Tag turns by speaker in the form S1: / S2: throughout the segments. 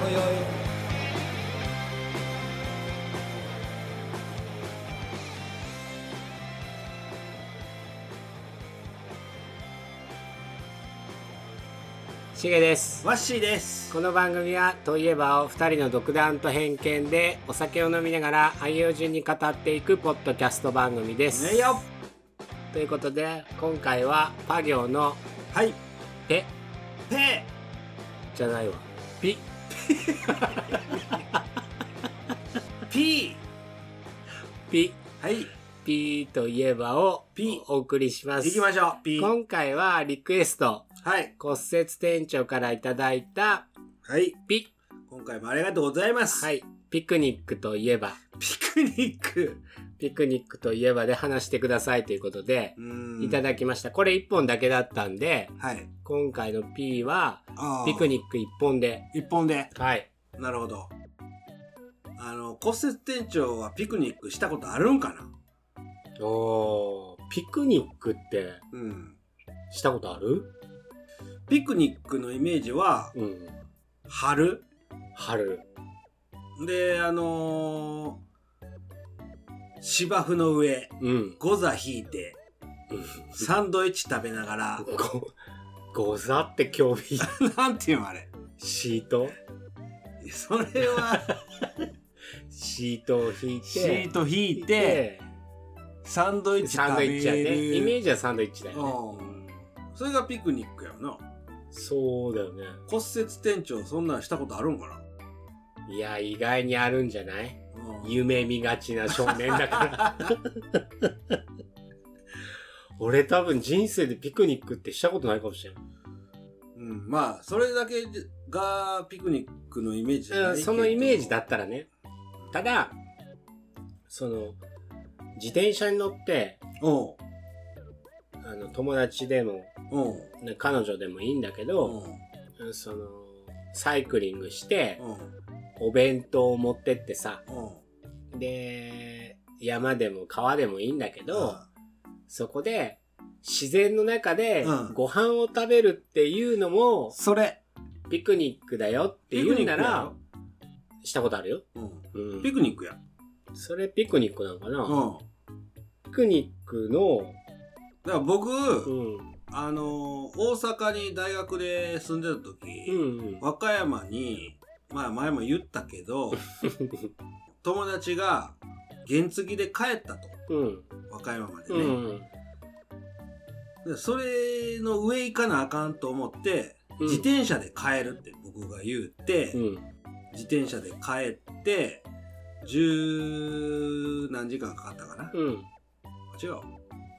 S1: ろよい
S2: しげです
S3: ワッシーです。
S2: この番組は「といえば」を2人の独断と偏見でお酒を飲みながら愛用順に語っていくポッドキャスト番組です。
S3: ねよ。
S2: ということで今回はパ行の
S3: はい。
S2: 「ペ
S3: ペ」
S2: じゃないわ「ピ
S3: ーピ」
S2: ピ
S3: ーはい。
S2: 「ピ」といえばを
S3: ピ
S2: お送りします。
S3: 行きましょう。ピー。
S2: 今回はリクエスト
S3: はい。
S2: 骨折店長からいただいた
S3: はい。
S2: 「ピ
S3: 今回もありがとうございま」す。
S2: はいピクニックといえば
S3: ピクニック。
S2: ピクニックといえばで話してくださいということで
S3: うーん
S2: いただきました。これ1本だけだったんで、
S3: はい。
S2: 今回の P は、
S3: あ
S2: ピク
S3: ニ
S2: ニック1本で。
S3: ック。一本で。
S2: はい。
S3: なるほど。あの、骨折店長はピクニックしたことあるんかな
S2: おー、ピクニックって
S3: うん。
S2: したことある
S3: ピクニックのイメージは、
S2: うん。
S3: 春
S2: 春。
S3: で、あのー芝生の上、
S2: うん。
S3: ゴザ引いて、
S2: うん
S3: サンドイッチ食べながら、
S2: ご、ござって興味。
S3: なんていうのあれ。
S2: シート
S3: それ は、
S2: シートを引いて。
S3: シート引い
S2: 引い
S3: て、、サンドイッチ
S2: サン
S3: 食
S2: ド
S3: べ
S2: イ
S3: る。
S2: ッチやね。イメージはサンドイッチだよね。
S3: うん。それがピクニックやんな。
S2: そうだよね。
S3: 骨折店長、そんなんしたことあるんかない
S2: や、意外にあるんじゃない
S3: うん
S2: 夢見がちな少年だから。 俺多分人生でピクニックってしたことないかもしれ
S3: うん、まあ、それだけがピクニックのイメージじゃない
S2: ない。
S3: けど
S2: そのイメージだったらね。ただ、その、自転車に乗って、
S3: おう
S2: あの、友達でも、
S3: おう
S2: ね彼女でもいいんだけ
S3: お
S2: ど、
S3: う
S2: その、サイクリングして、
S3: おう
S2: お弁当を持ってってさ、
S3: おう
S2: で、山でも川でもいいんだけど、そこで、自然の中で
S3: うん
S2: ご飯を食べるっていうのも
S3: それ
S2: ピクニックだよって
S3: ピ
S2: い
S3: ク
S2: う
S3: ニッ
S2: な
S3: クや
S2: らしたことあるよ。
S3: ろ
S2: う
S3: うん
S2: ん
S3: ピクニックや
S2: それピクニックなのか
S3: う
S2: な、
S3: んだか
S2: ピクニックの、
S3: ら僕、
S2: うん、
S3: あのー大阪に大学で住んでた
S2: うん
S3: 時、
S2: うん、
S3: 和歌山にまあ前も言ったけ ど友達が原付で帰ったと
S2: うん、
S3: 和歌山まで
S2: う
S3: ね、
S2: ん、
S3: でそれの上行かなあかんと思って
S2: うん
S3: 自転車で帰るって僕が言って、
S2: うん、
S3: 自転車で帰って、十何時間かかったかな、
S2: うん、
S3: 違う。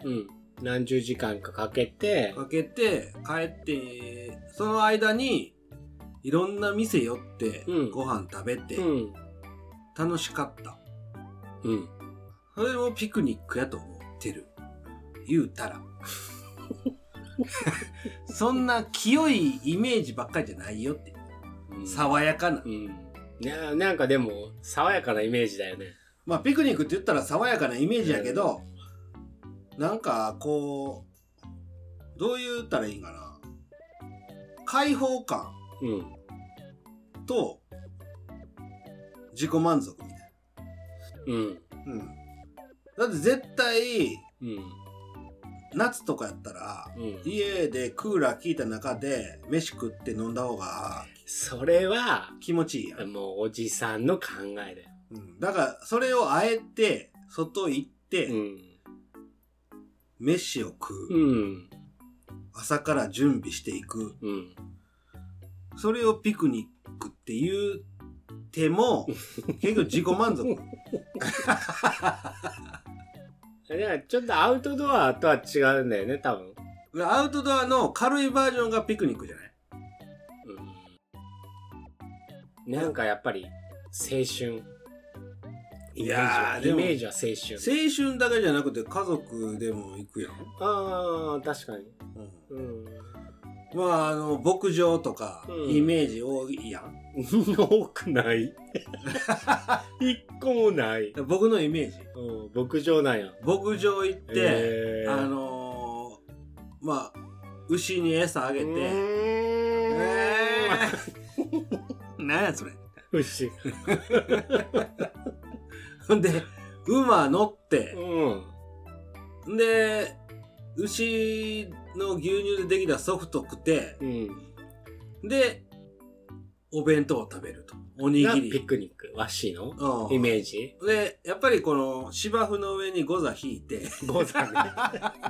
S2: うん、何十時間かかけて、
S3: かけて、帰って、その間に、いろんな店寄って
S2: うん、
S3: ご飯食べて
S2: う、ん、
S3: 楽しかった。
S2: うん、
S3: それもピクニックやと思ってる。言うたら。 そんな清いイメージばっかりじゃないよって。
S2: うん、
S3: 爽やかな
S2: う。ん。ななんかでも、爽やかなイメージだよね。
S3: まあ、ピクニックって言ったら爽やかなイメージやけど、なんか、こう、どう言ったらいいんかな。開放感
S2: うん。
S3: と、自己満足みたい
S2: う
S3: な。
S2: ん。
S3: うん。だって絶対、
S2: うん。
S3: 夏とかやったら、
S2: うん。
S3: 家でクーラー効いた中で、飯食って飲んだ方が
S2: それは、
S3: 気持ちいいやん。
S2: もうおじさんの考えだよ。
S3: うん。だから、それをあえて、外行って、
S2: うん。
S3: 飯を食う、
S2: うん。
S3: 朝から準備していく。
S2: うん。
S3: それをピクニックって言うて も、結局自己満足。
S2: だからちょっとアウトドアとは違うんだよね、多分。
S3: アウトドアの軽いバージョンがピクニックじゃない
S2: うん。なんかやっぱり、青春。イ
S3: い
S2: メージは
S3: やーで
S2: イ
S3: も
S2: メージは青春。
S3: 青春だけじゃなくて家族でも行くやん。
S2: ああ、確かに。
S3: うん
S2: うん。
S3: まあ、あの、牧場とか
S2: うん、
S3: イメージ多いやん。
S2: 多くない一個もない。
S3: 僕のイメージ。
S2: うん、牧場なんや。
S3: 牧場行って、
S2: えー
S3: あのーまあ、牛に餌あげて、
S2: うーん
S3: えー なんやそれ。
S2: 牛。
S3: ほんで、馬乗って、
S2: うん。
S3: んで、牛の牛乳でできたソフト食って、
S2: うん。
S3: で、お弁当を食べると。おに
S2: が
S3: ぎ
S2: ピ
S3: り。
S2: クニック、和紙の
S3: うん
S2: イメージ。
S3: で、やっぱりこの芝生の上にゴザ引いて、
S2: ゴザね。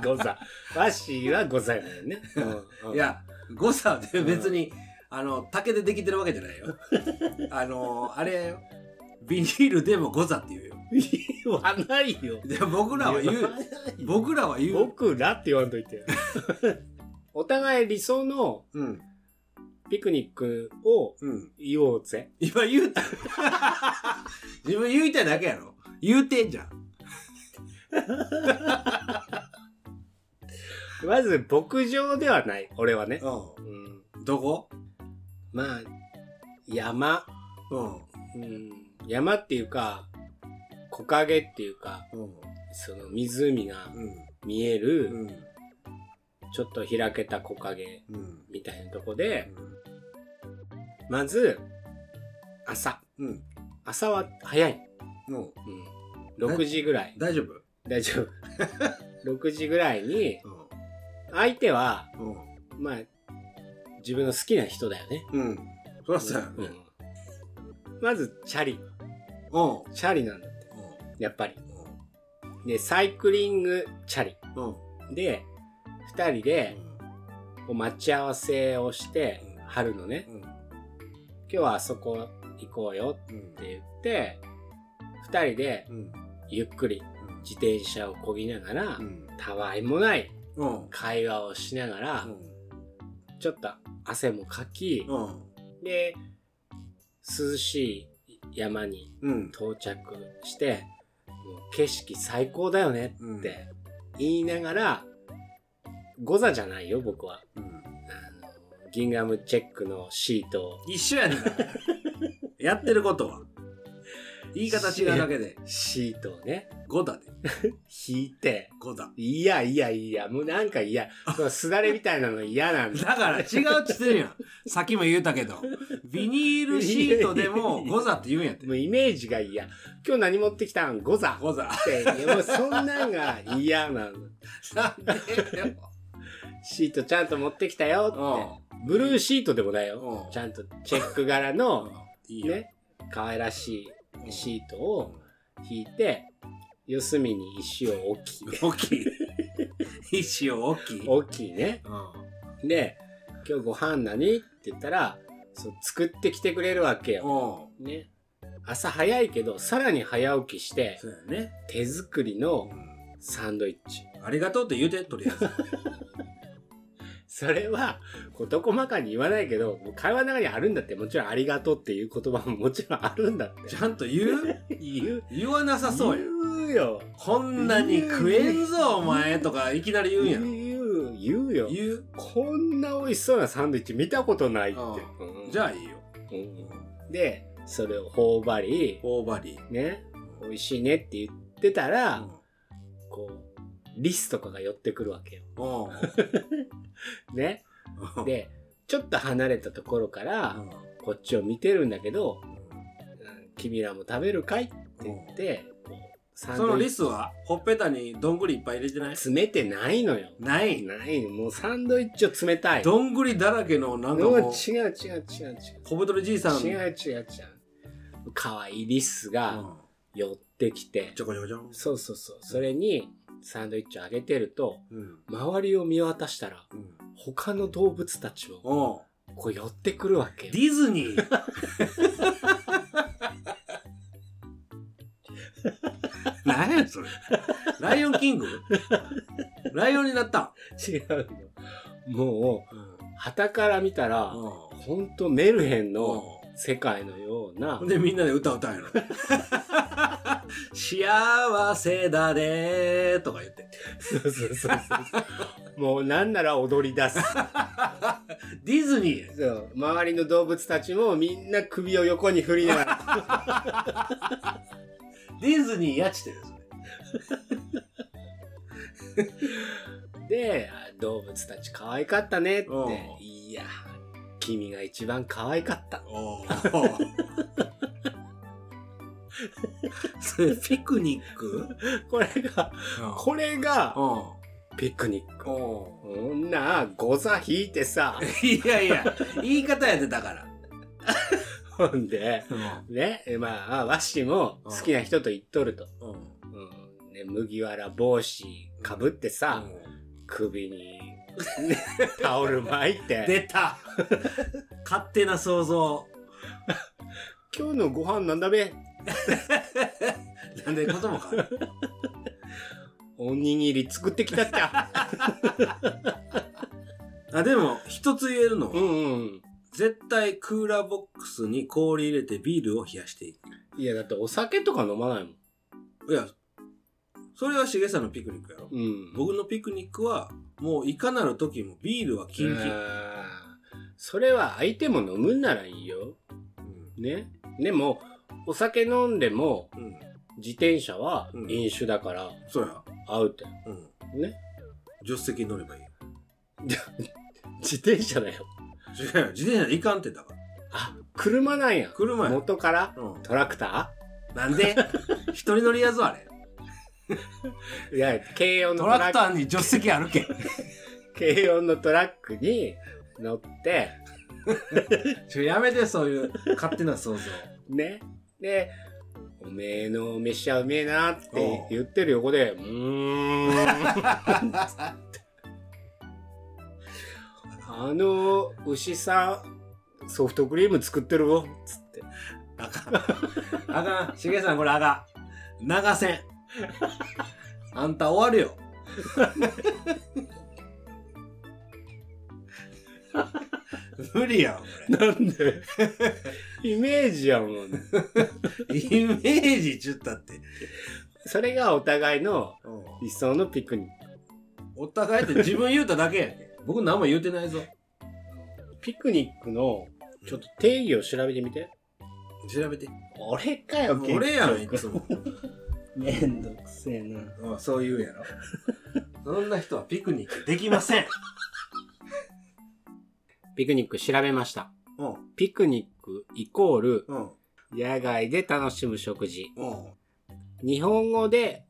S2: ゴザ。和紙はゴザやからね。うん
S3: い、や、ゴザで別に、あの、竹でできてるわけじゃない よ。あの、あれよ、ビニールでもゴザって言うよ。
S2: 言わないよ。
S3: で僕らは言
S2: 言わ
S3: う。
S2: ないよ
S3: 僕らは言う。
S2: 僕らって言わんと いて。お互い理想の
S3: うん。
S2: ピクニックを
S3: うん。
S2: 言おうぜ。
S3: 今言うた。 自分言いたいだけやろ。言うてんじゃん。
S2: まず牧場ではない、俺はね。
S3: う
S2: うん、
S3: ん。どこ
S2: まあ、山、
S3: う
S2: うん、山っていうか、木陰っていうか、
S3: ん。うん。
S2: その湖が
S3: うん。
S2: 見え
S3: う
S2: る、
S3: ん。
S2: ちょっと開けた木陰
S3: うん。
S2: みたいなとこで、まず、朝。
S3: うん。
S2: 朝は早い。
S3: うん。
S2: うん、6時ぐらい。
S3: 大丈夫
S2: 大 丈夫。6時ぐらいに、相手は、
S3: うん。うん。
S2: まあ、自分の好きな人だよね。
S3: うん。そらそうやろね。
S2: うんまず、チャリ。
S3: うん。
S2: チャリなんだって。やっぱり。
S3: う
S2: で、サイクリングチャリ。
S3: ん。うん。うん。
S2: で、二人で、こう待ち合わせをして
S3: うん、
S2: 春のね、
S3: うん。
S2: 今日はあそこ行こうよ
S3: うん
S2: って言って、二人で
S3: うん。
S2: ゆっくり自転車をこぎながら
S3: う、ん。
S2: たわいもない
S3: うん。
S2: 会話をしながら、ちょっと汗もかき、
S3: うん。
S2: で、涼しい山に
S3: うん。
S2: 到着して、もう景色最高だよね
S3: うん。
S2: って言いながら、ゴザじゃないよ、僕は。
S3: うん。
S2: あの、ギンガムチェックのシートを。
S3: 一緒やねんな。やってることは。言い方違うだけで。
S2: シートをね、
S3: 5だで。
S2: 引いて、
S3: 5だ。
S2: いやいやいや、もうなんか 嫌。そのすだれみたいなの嫌なんだ。
S3: だから違うっつってるやん。さっきも言うたけど。ビニールシートでもゴザって言うんやって
S2: も。うイメージが嫌。今日何持ってきたんゴザ
S3: ゴザ。
S2: って。 いやもうそんなんが嫌
S3: なん
S2: なの。
S3: でよ
S2: シートちゃんと持ってきたよって。ブルーシートでもないよ。
S3: うん
S2: ちゃんとチェック柄の、
S3: いいよ。
S2: ね、可愛らし
S3: う
S2: い
S3: ん
S2: シートを引いて、四隅に石を置き、
S3: 大きい。石を大きい。
S2: 大きいね。で、今日ご飯何って言ったら、そう作ってきてくれるわけ
S3: う
S2: よ。
S3: ん。うん。
S2: ね。朝早いけど、さらに早起きして、
S3: そうやね。
S2: 手作りのサンドイッチ。
S3: ありがとうって言うて、とりあえず。
S2: それは、事細かに言わないけど、もう会話の中にあるんだって、もちろんありがとうっていう言葉ももちろんあるんだって
S3: ち。ゃんと言う
S2: 言う。
S3: 言わなさそうやん。
S2: 言うよ。
S3: こんなに食えんぞ、お前とか、いきなり言うんやん。
S2: 言う、言うよ。
S3: 言う
S2: こんな美味しそうなサンドイッチ見たことないって。うん
S3: じゃあいいよ。
S2: うんで、それを頬張り、
S3: 大張り。
S2: ね、美味しいねって言ってたら、
S3: うん
S2: こう、リスとかが寄ってくるわけよ。ね。
S3: うん。
S2: で、ちょっと離れたところか
S3: う
S2: ら、
S3: ん、
S2: こっちを見てるんだけど、うん君らも食べるかいって言って、こう、サン
S3: その
S2: ドイ
S3: リ
S2: ッチ
S3: スは、ほっぺたにどんぐりいっぱい入れてない
S2: 詰めてないのよ。
S3: ない。
S2: ないの。もうサンドイッチを詰めたい。
S3: どんぐりだらけの、なんか
S2: もう
S3: もう、
S2: 違う違う違う違う。
S3: 小太りじいさん。
S2: 違う違う違う。可愛いリスが
S3: うん
S2: 寄ってきて、
S3: ちょこちょこちょこ。
S2: そうそうそう。それにサンドイッチをあげてると、
S3: うん。
S2: 周りを見渡したら、
S3: うん。
S2: 他の動物たちも
S3: おう
S2: こう寄ってくるわけよ
S3: デ。ィズニー。 何やそれ。ライオンキングライオンになった。
S2: 違うの。も
S3: うん。うん
S2: う、旗から見たら、ほんとメルヘンの
S3: おう
S2: 世界のような
S3: ほん、でみんなで歌歌うんやろ。 幸せだねーとか言って。
S2: そうそうそうそう。もうなんなら踊り出す。
S3: ディズニー。
S2: そう周りの動物たちもみんな首を横に振りながら、
S3: ディズニーやちてるそれ。
S2: で、あ動物たち可愛かったねって
S3: う。ん
S2: いや、君が一番可愛かった。
S3: おー それピクニック
S2: これが、これが、ピクニ
S3: う
S2: ッ
S3: ん
S2: ク。
S3: う
S2: こんな、ゴザ引いてさ、
S3: んいやいや言い方やでだから
S2: ほんで、ね、まあ、わしも好きな人と言っとると。
S3: うんうん
S2: うん、ね、麦わら帽子かぶってさ、首に、タオル巻いて、
S3: 出た勝手な想像
S2: 今日のご飯なんだべ
S3: なんで言葉か
S2: おにぎり作ってきたっちゃ。
S3: あでも一つ言えるのは、
S2: うんうん。
S3: 絶対クーラーボックスに氷入れてビールを冷やしてい
S2: いや、だってお酒とか飲まないもん。
S3: くいやそれはしげさんのピクニックやろ、
S2: うん。
S3: 僕のピクニックはもういかなる時もビールはキンキン、
S2: あーそれは相手も飲むんならいいよ。ね。でも、お酒飲んでも、
S3: うんうん、
S2: 自転車は
S3: うん
S2: 飲酒だから、
S3: そうや
S2: アウトよ。
S3: うん
S2: ね。
S3: 助手席に乗ればいい
S2: 自転車だよ。
S3: 違うよ自転車でいかんってだから
S2: あ、車なんや。
S3: 車や、
S2: 元から
S3: う
S2: トラクタ
S3: ん、なんで一人乗りやぞあれ
S2: ーいや、軽音の
S3: ト
S2: トラ
S3: ラクターに助手席あるけん
S2: 軽音のトラックに乗って、
S3: ちょやめてそういう勝手な想像
S2: ね。で、おめえの飯はうめえなって言ってる横で、うー ん。あの牛さん、ソフトクリーム作ってるよ。つって。
S3: あかん。あかん。しげさん、これあかん。流せん。あんた終わるよ。無理やん、こ
S2: なん でイメージやもん。
S3: れ。イメージちゅったって。
S2: それがお互いの理想のピクニッ
S3: お互いって自分言うただけやんけ。僕何も言うてないぞ。
S2: ク。ピクニックのちょっと定義を調べてみて。
S3: 調べて。
S2: 俺かよ、結局
S3: 俺やん、いつも。
S2: めんどくせえな。
S3: うんそう言うやろ。そんな人はピクニックできません。
S2: ピクニック調べました。
S3: うん、
S2: ピクニックイコール
S3: うん、
S2: 野外で楽しむ食事。
S3: うん。
S2: 日本語で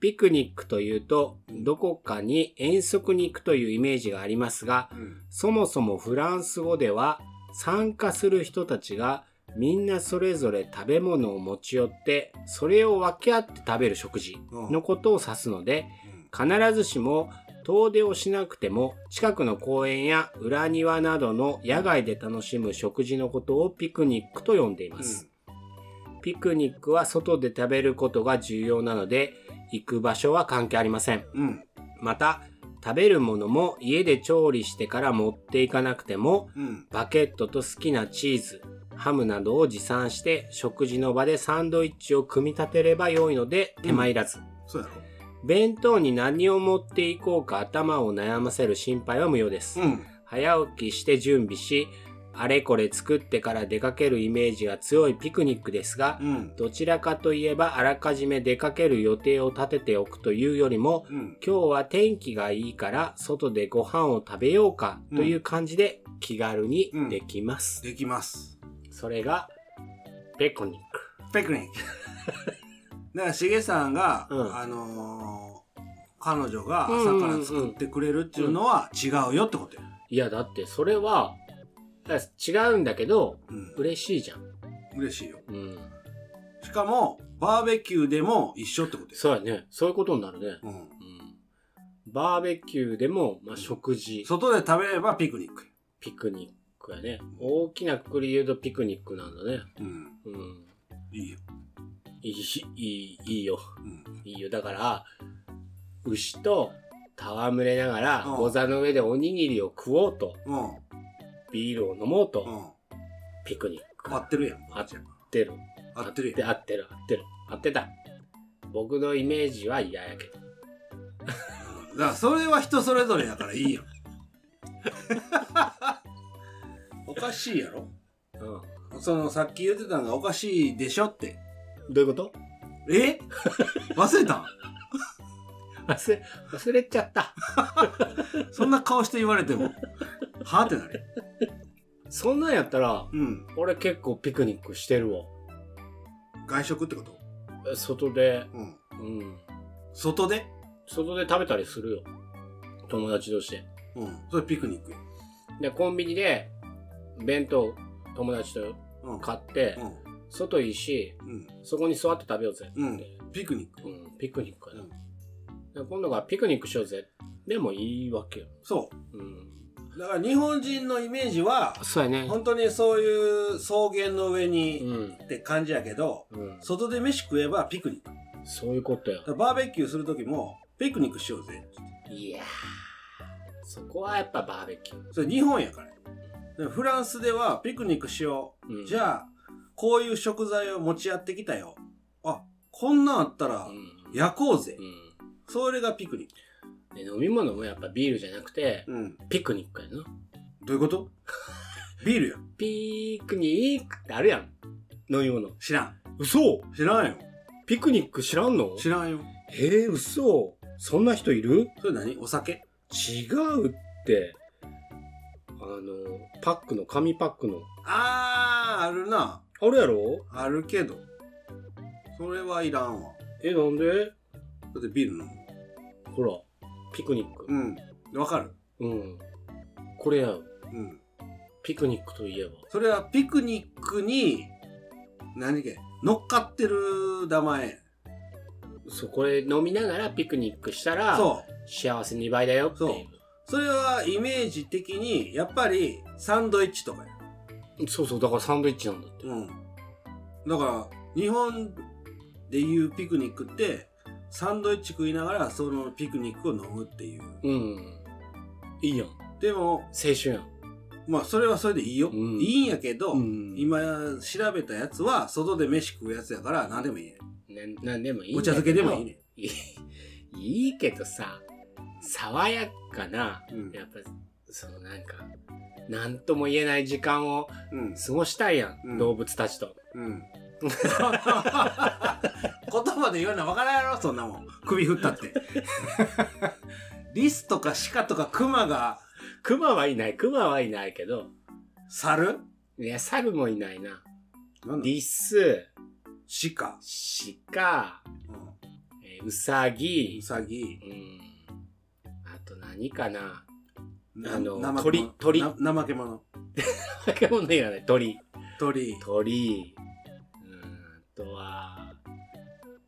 S2: ピクニックというと、どこかに遠足に行くというイメージがありますが、そもそもフランス語では参加する人たちがみんなそれぞれ食べ物を持ち寄って、それを分け合って食べる食事
S3: うん
S2: のことを指すので、必ずしも遠出をしなくても近くの公園や裏庭などの野外で楽しむ食事のことをピクニックと呼んでいます、ピクニックは外で食べることが重要なので行く場所は関係ありません
S3: うん、うん、
S2: また食べるものも家で調理してから持っていかなくても
S3: うん。
S2: バケットと好きなチーズハムなどを持参して食事の場でサンドイッチを組み立てれば良いので手間いらず、
S3: そうやろ。
S2: 弁当に何を持っていこうか頭を悩ませる心配は無用です。
S3: うん。
S2: 早起きして準備し、あれこれ作ってから出かけるイメージが強いピクニックですが、
S3: うん。
S2: どちらかといえばあらかじめ出かける予定を立てておくというよりも、
S3: うん。
S2: 今日は天気がいいから外でご飯を食べようかという感じで気軽にできます。
S3: できます。
S2: それが、ペコニック。
S3: ピクニッ ク。だから、しげさんが、
S2: うん
S3: あのー彼女が朝から作ってくれるっていうのは違うよってことよ。
S2: いや、だってそれは、だから違うんだけど、
S3: うん。
S2: 嬉しいじゃん。
S3: 嬉しいよ。
S2: うん。
S3: しかも、バーベキューでも一緒ってことよ。
S2: そうやね。そういうことになるね。
S3: うん。
S2: うん。バーベキューでも、まあ、食事、
S3: 外で食べればピクニックよ。
S2: ピクニックやね。大きなくくり言うとピクニックなんだね。
S3: うん。
S2: うん。
S3: いいよ。
S2: いい、いい、いいよ。
S3: うん。
S2: いいよ。だから、牛と戯れながら、
S3: うん
S2: ご座の上でおにぎりを食おうと、
S3: うん。
S2: ビールを飲もうと、
S3: うん。
S2: ピクニック。
S3: 合ってるやん。
S2: 合っ
S3: る。
S2: てる。
S3: 合ってるやん。
S2: 合ってる、合ってる。合ってた。僕のイメージは嫌やけど。
S3: だからそれは人それぞれだからいいよ おかしいやろ
S2: うん。
S3: そのさっき言ってたのがおかしいでしょって
S2: どういうこと
S3: え忘れたん
S2: 忘れ、忘れちゃった。
S3: そんな顔して言われてもはあってなる
S2: そんなんやったら、
S3: うん。
S2: 俺結構ピクニックしてるわ。
S3: 外食ってこと
S2: え外で、
S3: うん。
S2: うん。
S3: 外で
S2: 外で食べたりするよ。友達同士で。
S3: うん。それピクニックや。
S2: で、コンビニで、弁当、友達と
S3: うん。
S2: 買って、
S3: う
S2: 外いいし、
S3: ん。
S2: そこに座って食べようぜって。
S3: うん。うん。ピクニック。
S2: うん、ピクニックや
S3: う
S2: な。
S3: ん。
S2: で今度からピクニックしようぜ。でもいいわけよ。
S3: そ
S2: うん。
S3: う。だから日本人のイメージは、
S2: そうやね。
S3: 本当にそういう草原の上
S2: う
S3: に
S2: ん。
S3: って感じやけど、
S2: うん。
S3: 外で飯食えばピクニック。だか
S2: そういうことよ。
S3: らバーベキューするときも、ピクニックしようぜ。
S2: いやー。そこはやっぱバーベキュー。
S3: それ日本やから。だからフランスではピクニックしよ
S2: うん、
S3: う。じゃあ、こういう食材を持ち合ってきたよ。あ、こんなんあったら
S2: う、ん。
S3: 焼こうぜ
S2: う。ん。
S3: それがピクニッ
S2: で飲み物もやっぱビールじゃなくて、
S3: ク。うん。
S2: ピクニックやな。
S3: どういうことビールや。
S2: ピークニックってあるやん。飲み物。
S3: 知らん。
S2: 嘘
S3: 知らんよ。
S2: ピクニック知らんの
S3: 知らんよ。
S2: えー、嘘そんな人いる
S3: それ何お酒
S2: 違うって。あの、パックの、紙パックの。
S3: あー、あるな。
S2: あるやろ
S3: あるけど。それはいらんわ。
S2: え、なんで
S3: だってビール飲む。
S2: ほら、ピクニック。
S3: うん。わかる。
S2: うん。これやよ。
S3: うん。
S2: ピクニックといえば。
S3: それはピクニックに、何け、乗っかってる名前。
S2: そう、これ飲みながらピクニックしたら、
S3: そう。
S2: 幸せ2倍だよってい
S3: それはイメージ的に、やっぱりサンドイッチとかや。
S2: う。そうそう、だからサンドイッチなんだって。
S3: うん。だから、日本でいうピクニックって、サンドイッチ食いながらそのピクニックを飲むっていう。
S2: うん。いいやん。
S3: でも、
S2: 青春やん。
S3: まあそれはそれでいいよ。
S2: うん
S3: いいんやけど、
S2: うん
S3: 今調べたやつは外で飯食うやつやから何でもいいね。
S2: なんなんでもいいん
S3: お
S2: だ
S3: 茶
S2: け
S3: 漬けで
S2: ど
S3: もいいね。
S2: いい いいけどさ爽やかな
S3: うん
S2: やっぱそのなんか何とも言えない時間を
S3: うん。
S2: 過ごしたいやん、
S3: うん
S2: 動物たちと
S3: うん。 言葉で言うのは分からんやろ、そんなもん。首振った って。リスとか鹿とか熊が
S2: クマはいないクマはいないけど
S3: 猿
S2: いや猿もいないな
S3: なんだ
S2: リス
S3: 鹿、
S2: 鹿
S3: う
S2: えーウサ
S3: ん、
S2: ギ
S3: ウサギ、
S2: うんあと何かな
S3: な
S2: あの
S3: 怠け
S2: 鳥
S3: 者
S2: 鳥
S3: な怠け者。
S2: 化け物いらない鳥
S3: 鳥、
S2: 鳥うんあとは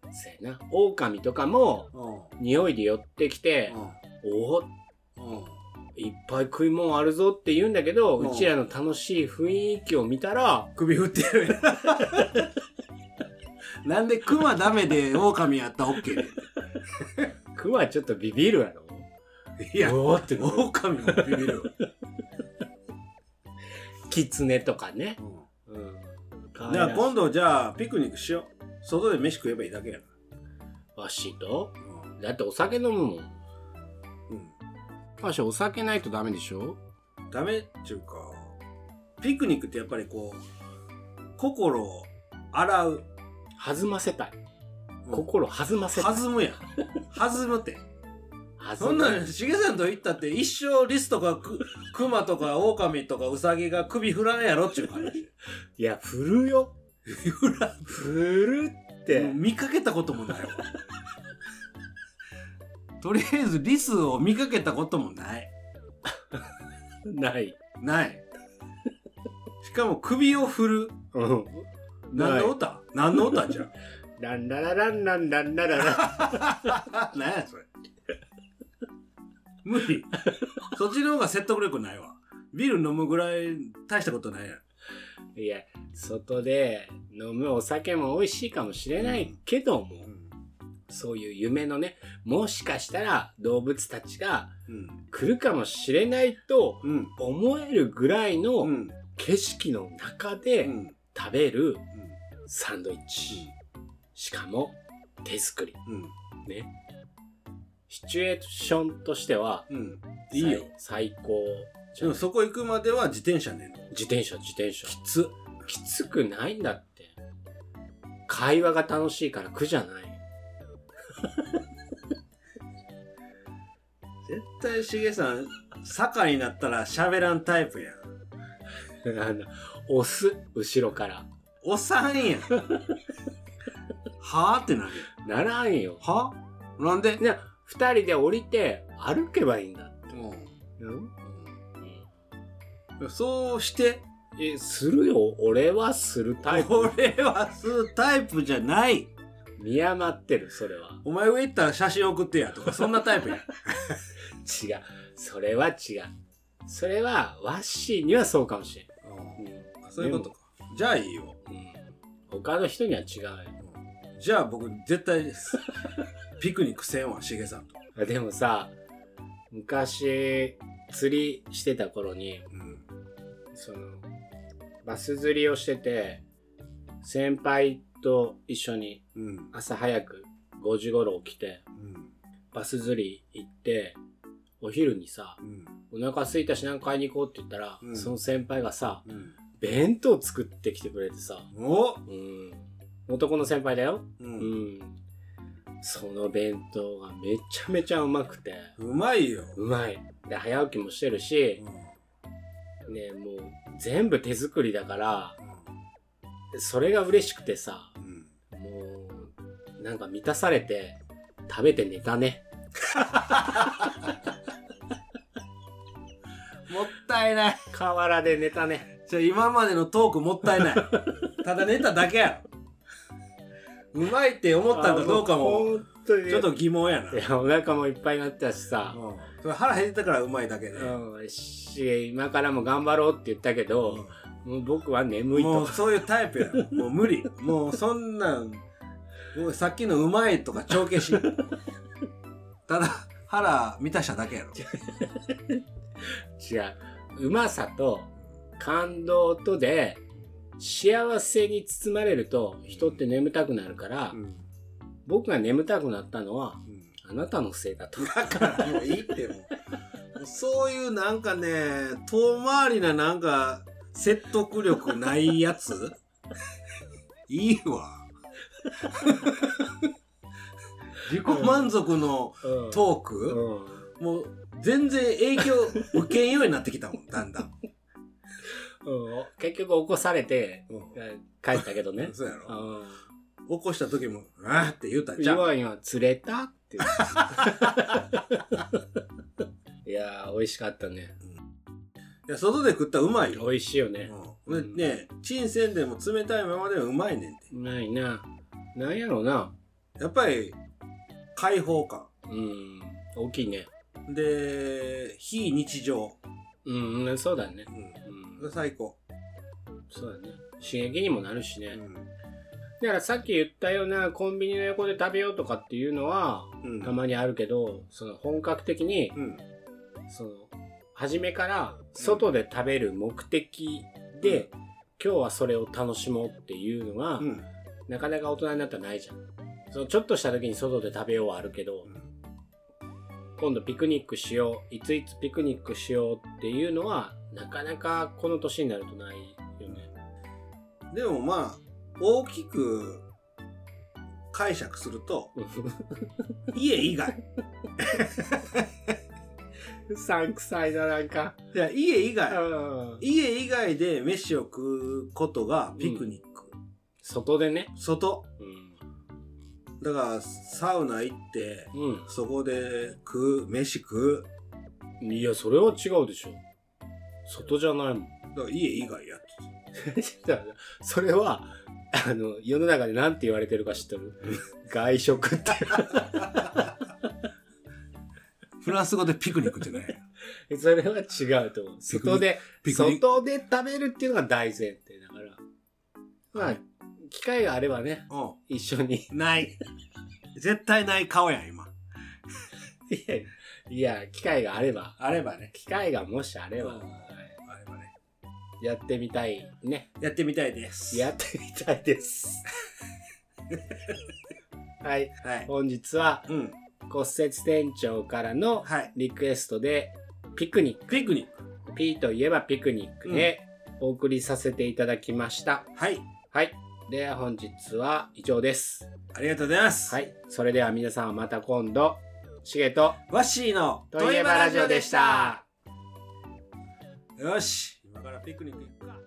S2: そうやな狼とかも
S3: うん、うん、
S2: 匂いで寄ってきて、おお
S3: うん。
S2: いっぱい食い物あるぞって言うんだけど、
S3: う
S2: うんちらの楽しい雰囲気を見たら、
S3: 首振ってるやん なんで熊ダメで狼やったら OK で。
S2: クマちょっとビビるやろ
S3: いや、
S2: おおってなる
S3: 狼もビビるよ。
S2: キツネとかね。
S3: うん
S2: うん。
S3: だから今度じゃあピクニックしよう。外で飯食えばいいだけやな。
S2: わしとだってお酒飲むも
S3: う
S2: ん。
S3: ん。
S2: わしお酒ないとダメでしょ
S3: ダメっちゅうか、ピクニックってやっぱりこう、心を洗う。
S2: 弾ませたい。
S3: うん
S2: 心弾ませたい。
S3: 弾むやん。弾む って。
S2: 弾
S3: そんなん、しげさんと言ったって一生リスとかククマとかオオカミとかウサギが首振らんやろっちゅう話。
S2: いや、振るよ。
S3: 振らん
S2: 振るって。
S3: もう見かけたこともないわとりあえずリスを見かけたこともない
S2: ない。
S3: ないしかも首を振る
S2: うん。
S3: 何の
S2: の
S3: 歌何の歌じゃん
S2: ランララランランランラララン。
S3: 何やそれ 無理そっちの方が説得力ないわビール飲むぐらい大したことないやん
S2: いや、外で飲むお酒も美味しいかもしれないけども、そういう夢のね、もしかしたら動物たちが
S3: うん
S2: 来るかもしれないと
S3: うん
S2: 思えるぐらい
S3: うんう
S2: の
S3: ん
S2: 景色の中
S3: う
S2: で
S3: ん
S2: 食べるサンドイッチ。しかも手作り。
S3: うん
S2: ね。シチュエーションとしては、
S3: うんいいよ
S2: 最。最高
S3: で
S2: じゃ
S3: も
S2: ない。
S3: そこ行くまでは自転車ねんの
S2: 自転車、自転車。
S3: きつ
S2: きつくないんだって。会話が楽しいから苦じゃない。
S3: 絶対しげさん坂になったら喋らんタイプやん
S2: なんだ押す、後ろから。
S3: おっさんや ん。はぁってなるよ。
S2: ならんよ。
S3: はなんで
S2: ね、二人で降りて歩けばいいんだ。うん
S3: うんそうして、
S2: え、するよ。俺はするタイプ。
S3: 俺は吸うタイプじゃない。
S2: 見余ってる、それは。
S3: お前上行ったら写真送ってやとか、そんなタイプや。
S2: 違う。それは違う。それは、ワッシーにはそうかもしれん。
S3: そういうことか。じゃあいいよ。
S2: うん他の人には違うよ
S3: じゃあ僕絶対です。ピクニックせんわ、しげさんと。
S2: あでもさ昔釣りしてた頃に
S3: うん。
S2: そのバス釣りをしてて先輩と一緒に
S3: うん。
S2: 朝早く5時頃起きて
S3: うん。
S2: バス釣り行ってお昼にさ
S3: うん。
S2: お腹空いたし何買いに行こうって言ったら、
S3: うん
S2: その先輩がさ
S3: うん。
S2: 弁当作ってきてくれてさ
S3: お
S2: うん男の先輩だよ
S3: う。
S2: うんん、その弁当がめちゃめちゃうまくて
S3: うまいよ。
S2: うまいで早起きもしてるし、ね、もう全部手作りだからそれが嬉しくてさ
S3: うん。うん。
S2: もうなんか満たされて食べて寝たね
S3: もったいない。
S2: 河原で寝たね
S3: じゃあ今までのトークもった いない。ただ寝ただけやろ。うまいって思ったんかどうか
S2: あ
S3: も、
S2: う本当に
S3: ちょっと疑問やな。
S2: いやお腹もいっぱいになったしさ、
S3: うんそれ腹減ってたからうまいだけで。
S2: うん、し今からも頑張ろうって言ったけど、もう僕は眠い
S3: も
S2: と
S3: うそういうタイプやろ。もう無理。もうそんなん、もうさっきのうまいとか帳消し。ただ腹満たしただけやろ。
S2: 違ううまさと感動とで幸せに包まれると人って眠たくなるから、
S3: うん
S2: 僕が眠たくなったのは
S3: うん
S2: あなたのせいだと
S3: だからもういいってもうもうそういうなんかね遠回りななんか説得力ないやついいわ自己満足の
S2: うん
S3: トー
S2: う
S3: ク、
S2: ん
S3: もう全然影響受けんようになってきたもんだんだん、
S2: うん結局起こされて
S3: う
S2: え帰ったけどね
S3: ん、そうや
S2: う
S3: ろ
S2: ん、
S3: 起こした時も「あーって言うたんじゃ
S2: 今
S3: ん
S2: は今釣れたって言う いやー美味しかったね
S3: いや外で食ったらうまいよ、
S2: 美味しいよね
S3: うん、でねチンせんでも冷たいままでもうまいねんて
S2: うまいななんやろうな
S3: やっぱり開放感
S2: うん大きいね
S3: で非日常、
S2: うんうんそうだね
S3: う
S2: うん
S3: ん、最高、
S2: そうだね。刺激にもなるしね。
S3: う
S2: だ
S3: ん
S2: からさっき言ったようなコンビニの横で食べようとかっていうのは、
S3: うん
S2: たまにあるけど、その本格的に、
S3: うん
S2: その、初めから外で食べる目的で、今日はそれを楽しもうっていうのは、
S3: うん
S2: なかなか大人になったらないじゃん。そのちょっとした時に外で食べようはあるけど、今度ピクニックしよう、いついつピクニックしようっていうのは、なかなかこの年になるとないよね。
S3: でもまあ大きく解釈すると家以外
S2: うさんくさいな、なんか。
S3: いや家以外
S2: うん
S3: 家以外で飯を食うことがピクニック、
S2: 外でね。
S3: 外
S2: うん。
S3: だからサウナ行って
S2: う。
S3: そこで食う飯食うん
S2: いや、それは違うでしょ。外じゃないもん。
S3: だから家以外やっ
S2: それは、あの、世の中で何て言われてるか知っ てる外食って。
S3: フランス語でピクニックってね
S2: それは違うと思う。外で、
S3: ピクニック
S2: 外で食べるっていうのが大前提だから。まあ、機会があればね、
S3: うん
S2: 一緒に。
S3: ない。絶対ない顔やん、今。
S2: いやいや、機会があれば。
S3: あればね。
S2: 機会がもしあれば、
S3: うん
S2: はい
S3: あればね。
S2: やってみたいね。
S3: やってみたいです。
S2: やってみた いです。はい、
S3: はい。
S2: 本日は
S3: うん。
S2: 骨折店長からの
S3: はい。
S2: リクエストでピクニッ
S3: ピクニック。
S2: ク、P といえばピクニックでお送りさせていただきました。
S3: はい。
S2: はい、では本日は以上です。
S3: ありがとうございます。
S2: はい、それでは皆さんはまた今度、しげと
S3: ワッシーの
S2: といえばラジオでした。
S3: よし。今からピクニック行くか。